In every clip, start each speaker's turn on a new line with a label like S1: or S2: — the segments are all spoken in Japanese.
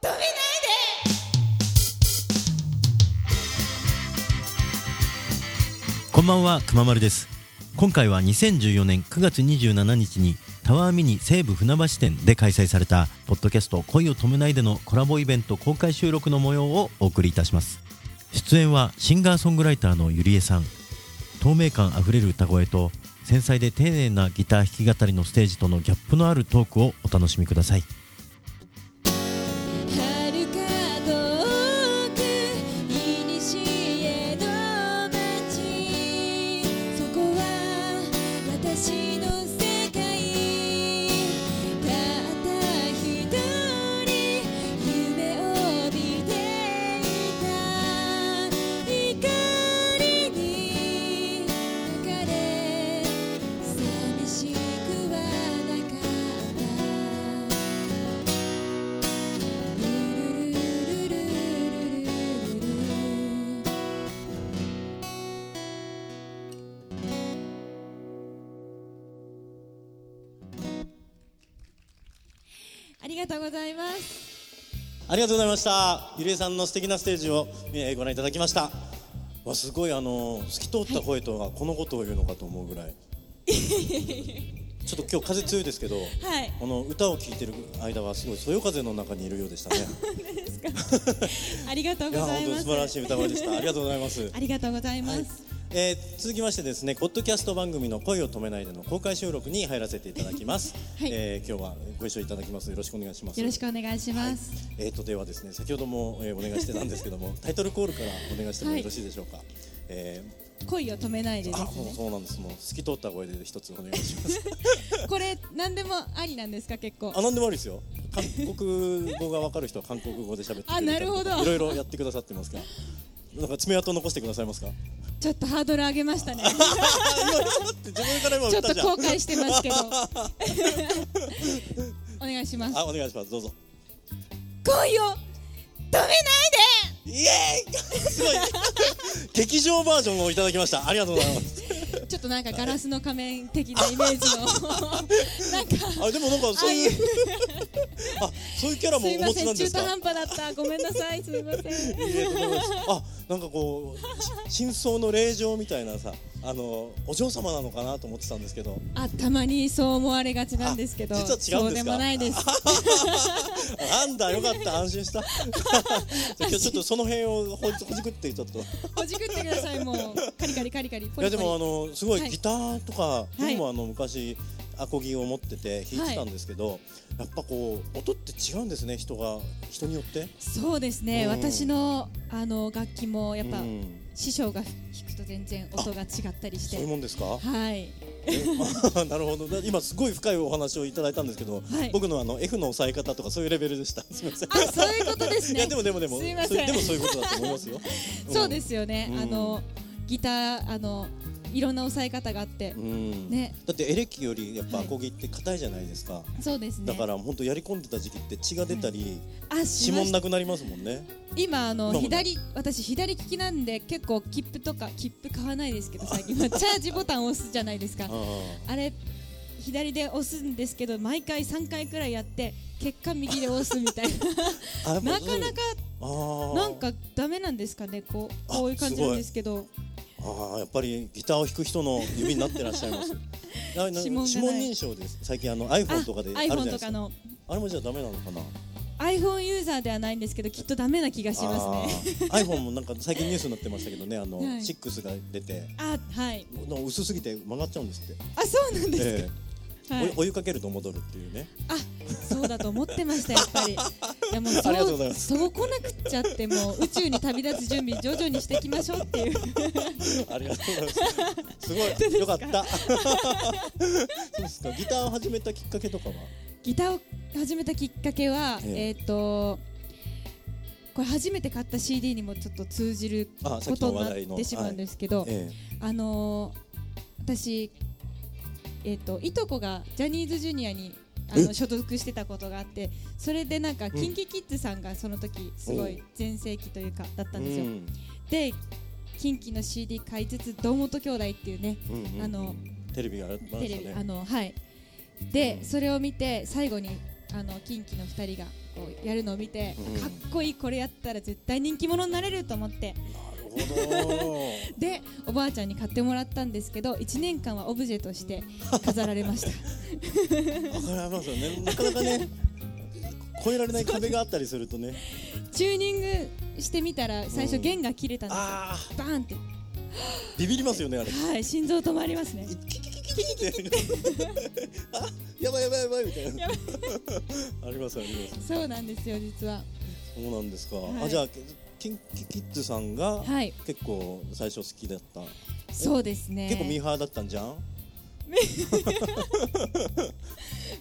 S1: 止めないで
S2: こんばんは、くままるです。今回は2014年9月27日にタワーミニ西武船橋店で開催されたポッドキャスト恋を止めないでのコラボイベント公開収録の模様をお送りいたします。出演はシンガーソングライターのゆりえさん。透明感あふれる歌声と繊細で丁寧なギター弾き語りのステージとのギャップのあるトークをお楽しみください。
S1: 遥か遠くいにしえの街そこは私の世界たった一人夢を見ていた怒りに抱かれ寂しくはなかった「ルルルルルルルルル」ありがとうございます。
S3: ありがとうございました。ゆりえさんの素敵なステージを、えーご覧いただきました。わすごいあのー透き通った声とはこのことを言うのかと思うぐらい。ちょっと今日風強いですけど、
S1: はい。
S3: この歌を聴いてる間はすごいそよ風の中にいるようでしたね。
S1: ありがとう
S3: い
S1: ご
S3: や
S1: ざ
S3: 本
S1: い
S3: 当
S1: ま
S3: に
S1: す。
S3: 素晴らしい歌声でした。ありがとうございます。
S1: ありがとうございま
S3: はい
S1: す。
S3: えー続きましてですね、ポッドキャスト番組の恋を止めないでの公開収録に入らせていただきます。
S1: はい
S3: えー今日はご一緒いただきます。よろしくお願いします。
S1: よろしくお願いします。
S3: えー、とではですね先ほども、えーお願いしてたんですけどもタイトルコールからお願いしてもよろしいでしょうか、え
S1: 恋を止めないで
S3: ー
S1: で
S3: あ
S1: す
S3: もう
S1: ね。
S3: そうなんですもう透き通った声で一つお願いします
S1: これ何でもありなんですか結構
S3: あ。なんでもありですよ韓国語がわかる人は韓国語で喋ってくれたり
S1: あなるほど
S3: いろいろやってくださってますからなんか爪痕残してくださいますか
S1: ちょっとハードル上げましたね。
S3: 今今って自分から今
S1: ちょ
S3: 歌
S1: っと
S3: じゃん
S1: 後悔してますけ ど。お願いします。
S3: あお願いしますどうぞ
S1: 恋を止めない
S3: イエーイ すごい劇場バージョンをいただきましたありがとうございます
S1: でちょっとなんかガラスの仮面的なイメージの なんか
S3: あでもなんかそういうあそういうキャラも
S1: すい
S3: お
S1: ま
S3: 持
S1: せ
S3: ちなんんで
S1: 中
S3: す
S1: 途
S3: か
S1: 半端だったごめんなさいすいません
S3: いいねと思いますあなんかこうし真相の霊場みたいなさあのお嬢様なのかなと思ってたんですけど
S1: あたまにそう思われがちなんですけど
S3: あ実は違うんで
S1: そうで
S3: すか
S1: もない です
S3: あなんだよかった安心した じゃあ今日ちょっとその辺をほじほじくってちょっとい
S1: ほじくってくださいもうカリカリカリカリポリポリ
S3: やでもあのすご
S1: はい
S3: いギターとか
S1: はい
S3: 僕もあの昔アコギを持ってて弾いてたんですけど、やっぱこう音って違うんですね人が人によって
S1: そうですね、
S3: うん
S1: 私のあの楽器もやっぱ、
S3: うん
S1: 師匠が弾くと全然音が違ったりし
S3: そういう
S1: て
S3: もんですか
S1: はい
S3: え なるほどだ今すごい深いお話をいただいたんですけど、
S1: はい
S3: 僕のあの F の押さえ方とかそういうレベルでしたすみません
S1: あそういうことです
S3: い
S1: ね
S3: やでもでもでも
S1: すいま
S3: そう
S1: せ
S3: い
S1: ん。
S3: でもそういうことだと思いますよ。
S1: そうですすよね、
S3: うん
S1: あのギターあのいろんな押さえ方があって、
S3: うん。
S1: ね
S3: だってエレキよりやっぱ
S1: はい
S3: アコギって硬いじゃないですか。
S1: そうですね
S3: だから本当やり込んでた時期って血が出たり、
S1: あし
S3: 指
S1: ま
S3: 紋
S1: した
S3: なくなりますもんね。
S1: 今あの
S3: 今もね
S1: 左私左利きなんで結構切符とか切符買わないですけど最近まあチャージボタンを押すじゃないですか
S3: ああ
S1: あれ左で押すんですけど毎回3回くらいやって結果右で押すみたい
S3: あやっぱ
S1: なな
S3: そう
S1: かなか
S3: あー
S1: なんかダメなんですかねこう
S3: あ
S1: こういう感じなんですけど
S3: ああやっぱりギターを弾く人の指になってらっしゃ います。あ
S1: 指
S3: な指
S1: 紋
S3: 紋
S1: がない
S3: 認証です。最近あの
S1: あ
S3: iPhone とかであるじゃな
S1: iPhone
S3: いで
S1: と
S3: すか。
S1: かの
S3: あれもじゃあダメなのかな。
S1: iPhone ユーザーではないんですけどきっとダメな気がしますね
S3: あー iPhone もなんか最近ニュースになってましたけどね、あの、
S1: はい
S3: 6が出て、
S1: あはい
S3: なんか薄すぎて曲がっちゃうんですって。
S1: あそうなん です
S3: ええ
S1: はい
S3: おお湯かけると戻るってい うね。
S1: あそうだと思ってましたやっぱりいやもうそ
S3: ありがとうございま
S1: そう来なくっちゃってもう宇宙に旅立つ準備徐々にしていきましょうっていう
S3: ありがとうございます。すごい、よかった。 そうですか。ギターを始めたきっかけとかは。
S1: ギターを始めたきっかけはえ
S3: え
S1: っ、とこれ初めて買った CD にもちょっと通じる
S3: あさ
S1: こ
S3: っきの
S1: とに
S3: 話
S1: な
S3: 題の
S1: ってしまうんですけど、
S3: え
S1: あのー私えっ、といとこがジャニーズジュニアにあの
S3: え
S1: 所属してたことがあってそれでなんか KinKiKids さんがその時すごい全盛期というかだっ
S3: え
S1: たんですよ、で近畿の CD 買いつつ堂本兄弟っていうね
S3: うんうんうん
S1: あの
S3: テレビがありま
S1: テ
S3: し
S1: レ
S3: た
S1: ビあ
S3: ね。
S1: のはいで
S3: うん
S1: それを見て最後にあの近畿の2人がこうやるのを見て、
S3: うん
S1: かっこいいこれやったら絶対人気者になれると思って
S3: なるほ
S1: でおばあちゃんに買ってもらったんですけど1年間はオブジェとして飾られました
S3: ど。わかりますよね。なかなかね。越えられない壁があったりするとね。
S1: チューニングしてみたら最初
S3: うん
S1: 弦が切れたんですよ
S3: ああ、
S1: バーンって
S3: ビビりますよね、あれ。
S1: はい心臓止まりますね
S3: キキキキキキって。あ、やばいやばいやばいみたいな。ありますあります。
S1: そうなんですよ実は
S3: そうなんですか。
S1: はい
S3: あ、じゃあ、キンキキッズさんが。
S1: はい
S3: 結構最初好きだった。
S1: そうですね
S3: 結構ミーハーだったんじゃん。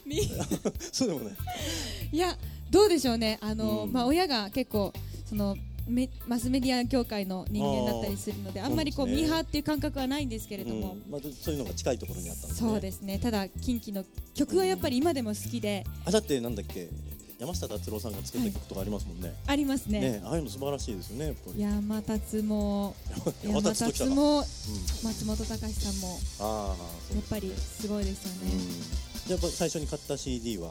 S1: み
S3: そうでもない。
S1: いやどうでしょうねあの、
S3: うん
S1: まあ親が結構そのメマスメディア業界の人間だったりするので
S3: あ
S1: あ
S3: ー
S1: んまりこう
S3: そうです
S1: ミ
S3: ね
S1: ーハーっていう感覚はないんですけれども、
S3: うんまあ、そういうのが近いところにあったんで、ね。
S1: そうですねただ近畿の曲はやっぱり今でも好きで、
S3: あだってなんだっけ山下達郎さんが作った曲とかありますもんね。
S1: ありますね
S3: ねああいうの素晴らしいですよねやっぱり。
S1: 山達も
S3: 山達ときたか。うん、
S1: も松本隆さんも
S3: ああそう
S1: や
S3: で
S1: っ
S3: す
S1: ぱりすごいですよね、
S3: うん、やっぱ最初に買った CD は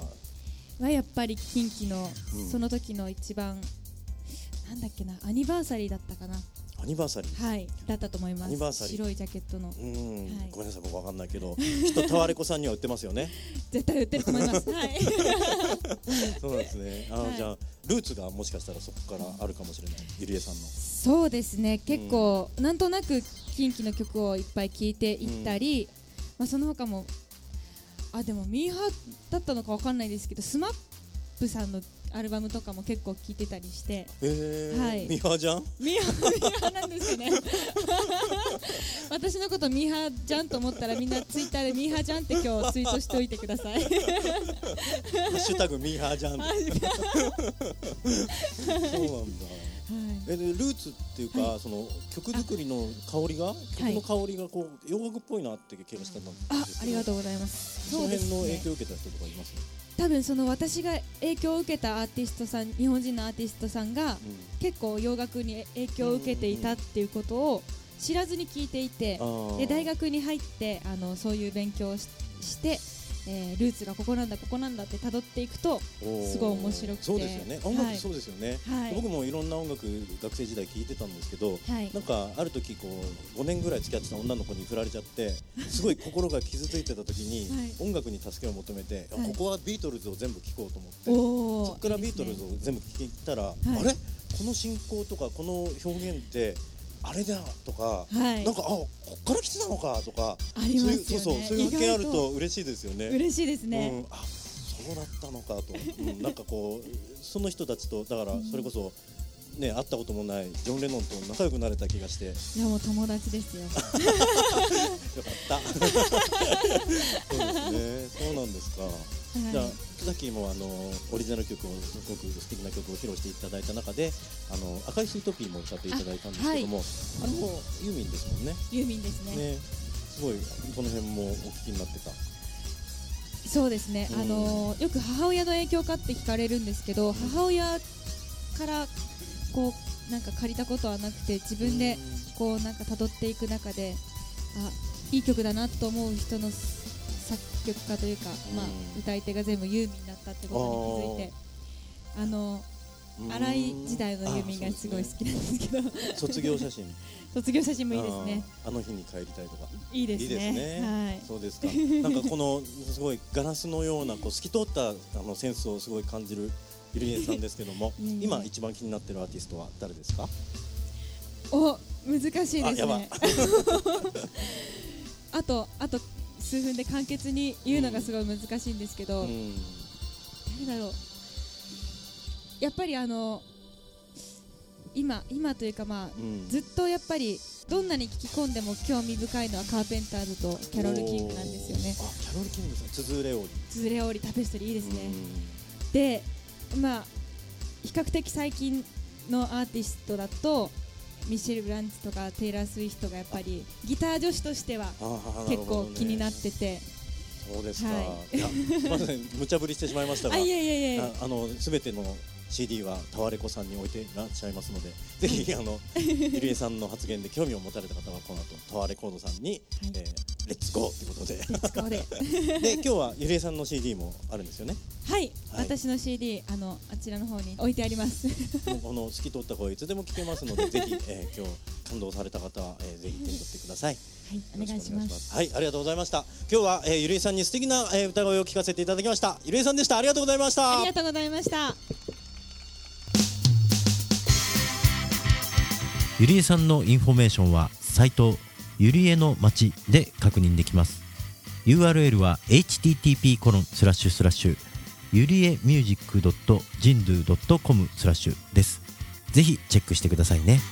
S1: はやっぱり近畿の
S3: うん
S1: その時の一番、なんだっけなアニバーサリーだったかな
S3: アニバーサリー。
S1: はいだったと思いま
S3: アニバーサ
S1: す
S3: リー
S1: 白いジャケットの
S3: うん、
S1: はい
S3: ごめんなさい僕わかんないけどきっとタワレコさんには売ってます よね。
S1: 絶対売ってると思い ます。はい。
S3: そうなんですね。あ、
S1: はい
S3: じゃあルーツがもしかしたらそこからあるかもしれないゆりえさんの。
S1: そうですね。結構、なんとなく近畿の曲をいっぱい聴いていったり、まあその他もあでもミーハーだったのかわかんないですけど、スマップさんのアルバムとかも結構聴いてたりして。
S3: えー
S1: はい
S3: ミハーじゃん。
S1: ミーハーミーハーなんですよね 私のことミーハーじゃんと思ったらみんなツイッターでミーハーじゃんって今日ツイートしておいてください
S3: ハッシュタグミハーじゃん。そうなんだ。
S1: はい
S3: えでルーツっていうか、その曲作りの香りが
S1: はい
S3: 曲の香りがこう洋楽っぽいなって気がしたんですけど
S1: あありがと
S3: う
S1: うございます
S3: その辺の
S1: そうです
S3: 影
S1: ね
S3: 響を受けた人とかいます、
S1: 多分その私が影響を受けたアーティストさん日本人のアーティストさんが結構洋楽に影響を受けていたっていうことを知らずに聞いていて
S3: うん、
S1: で大学に入ってあのそういう勉強をしして、えールーツがここなんだここなんだって辿っていくとすごい面白くて
S3: そうですよね音
S1: は
S3: 楽
S1: い
S3: そうですよね、
S1: はい
S3: 僕もいろんな音楽学生時代聞いてたんですけど、
S1: はい
S3: なんかある時こう5年ぐらい付き合ってた女の子に振られちゃってすごい心が傷ついてた時に、
S1: はい
S3: 音楽に助けを求めて、あ
S1: はい
S3: ここはビートルズを全部聴こうと思って
S1: お
S3: そこからビートルズを全部聞いたら、
S1: い
S3: あれこの進行とかこの表現ってあれだとか、
S1: はい
S3: なんかあこっから来てたのかとか
S1: ありますよね
S3: そういうそうそうそういう発見ある
S1: 意
S3: と
S1: 外
S3: 嬉しいですよね。
S1: 嬉しいですね、
S3: うん、あそうだったのかと、うんなんかこうその人たちとだからそれこそ、ね、会ったこともないジョン・レノンと仲良くなれた気がしてよ
S1: いやもう友達ですよ
S3: かった そうですねそうなんですか。じゃあ
S1: はい
S3: さっきもあのオリジナル曲をすごく素敵な曲を披露していただいた中で「あの赤いスイートピー」も歌っていただいたんですけどもあ,、れもユーミンですもんね。
S1: ユーミンですね
S3: ねすごいその辺もお聞きになってた。
S1: そうですね、
S3: うん
S1: あのよく母親の影響かって聞かれるんですけど母親からこうなんか借りたことはなくて自分でこうなんか辿っていく中であいい曲だなと思う人の作曲家というか、
S3: うん
S1: まあ、歌い手が全部ユーミンだったってことに気づいてあの
S3: うん
S1: 荒井時代のユーミンがすごい好きなんですけど
S3: あそうですね卒業写真
S1: 卒業写真もいいですね
S3: あーあの日に帰りたいとか。
S1: いい
S3: い
S1: で
S3: い
S1: す
S3: です
S1: ね
S3: ね。
S1: はい
S3: そう ですか。なんかこのすごいガラスのようなこう透き通ったあのセンスをすごい感じるゆりえさんですけども、
S1: いえいえ
S3: 今一番気になってるアーティストは誰ですか？
S1: お難しいです
S3: あやば
S1: ね あとあと数分で簡潔に言うのがすごい難しいんですけど、
S3: うん
S1: 誰だろうやっぱりあの今今というかまあ、
S3: うん
S1: ずっとやっぱりどんなに聞き込んでも興味深いのはカーペンターズとキャロル・キングなんですよね
S3: おーあ、キャロルキングさん、つづれおり。
S1: ズレオリタペストリーいいですね、
S3: う
S1: でまあ比較的最近のアーティストだとミシェル・ブランチとかテイラー・スウィフトがやっぱりギター女子としては
S3: んあー
S1: 結構気になっ。
S3: る
S1: てて、
S3: ほどねそうですか。、
S1: はい
S3: や、すみません、無茶ぶりしてしまいましたが。
S1: あいえいえいえ
S3: ああのすべての CD はタワレコさんに置いてらっしゃいますので、ぜひあのゆりえさんの発言で興味を持たれた方はこの後タワレコードさんに、
S1: はい
S3: えーレッツゴーって ことで
S1: 使われ
S3: で今日はゆりえさんの CD もあるんですよね
S1: はい、
S3: はい
S1: 私の CD あのあちらの方に置いてあります
S3: もうこの透き通った声いつでも聞けますのでぜひ、えー今日感動された方は、えーぜひ手に取ってください
S1: はいお願いします
S3: はいありがとうございました今日は、えーゆりえさんに素敵な、えー歌声を聞かせていただきましたゆりえさんでしたありがとうございました
S1: ありがとうございました
S2: ゆりえさんのインフォメーションはサイトゆりえの街で確認できます URL は http コロンスラッシュスラッシュゆりえミュージック .jindoo.com スラッシュですぜひチェックしてくださいね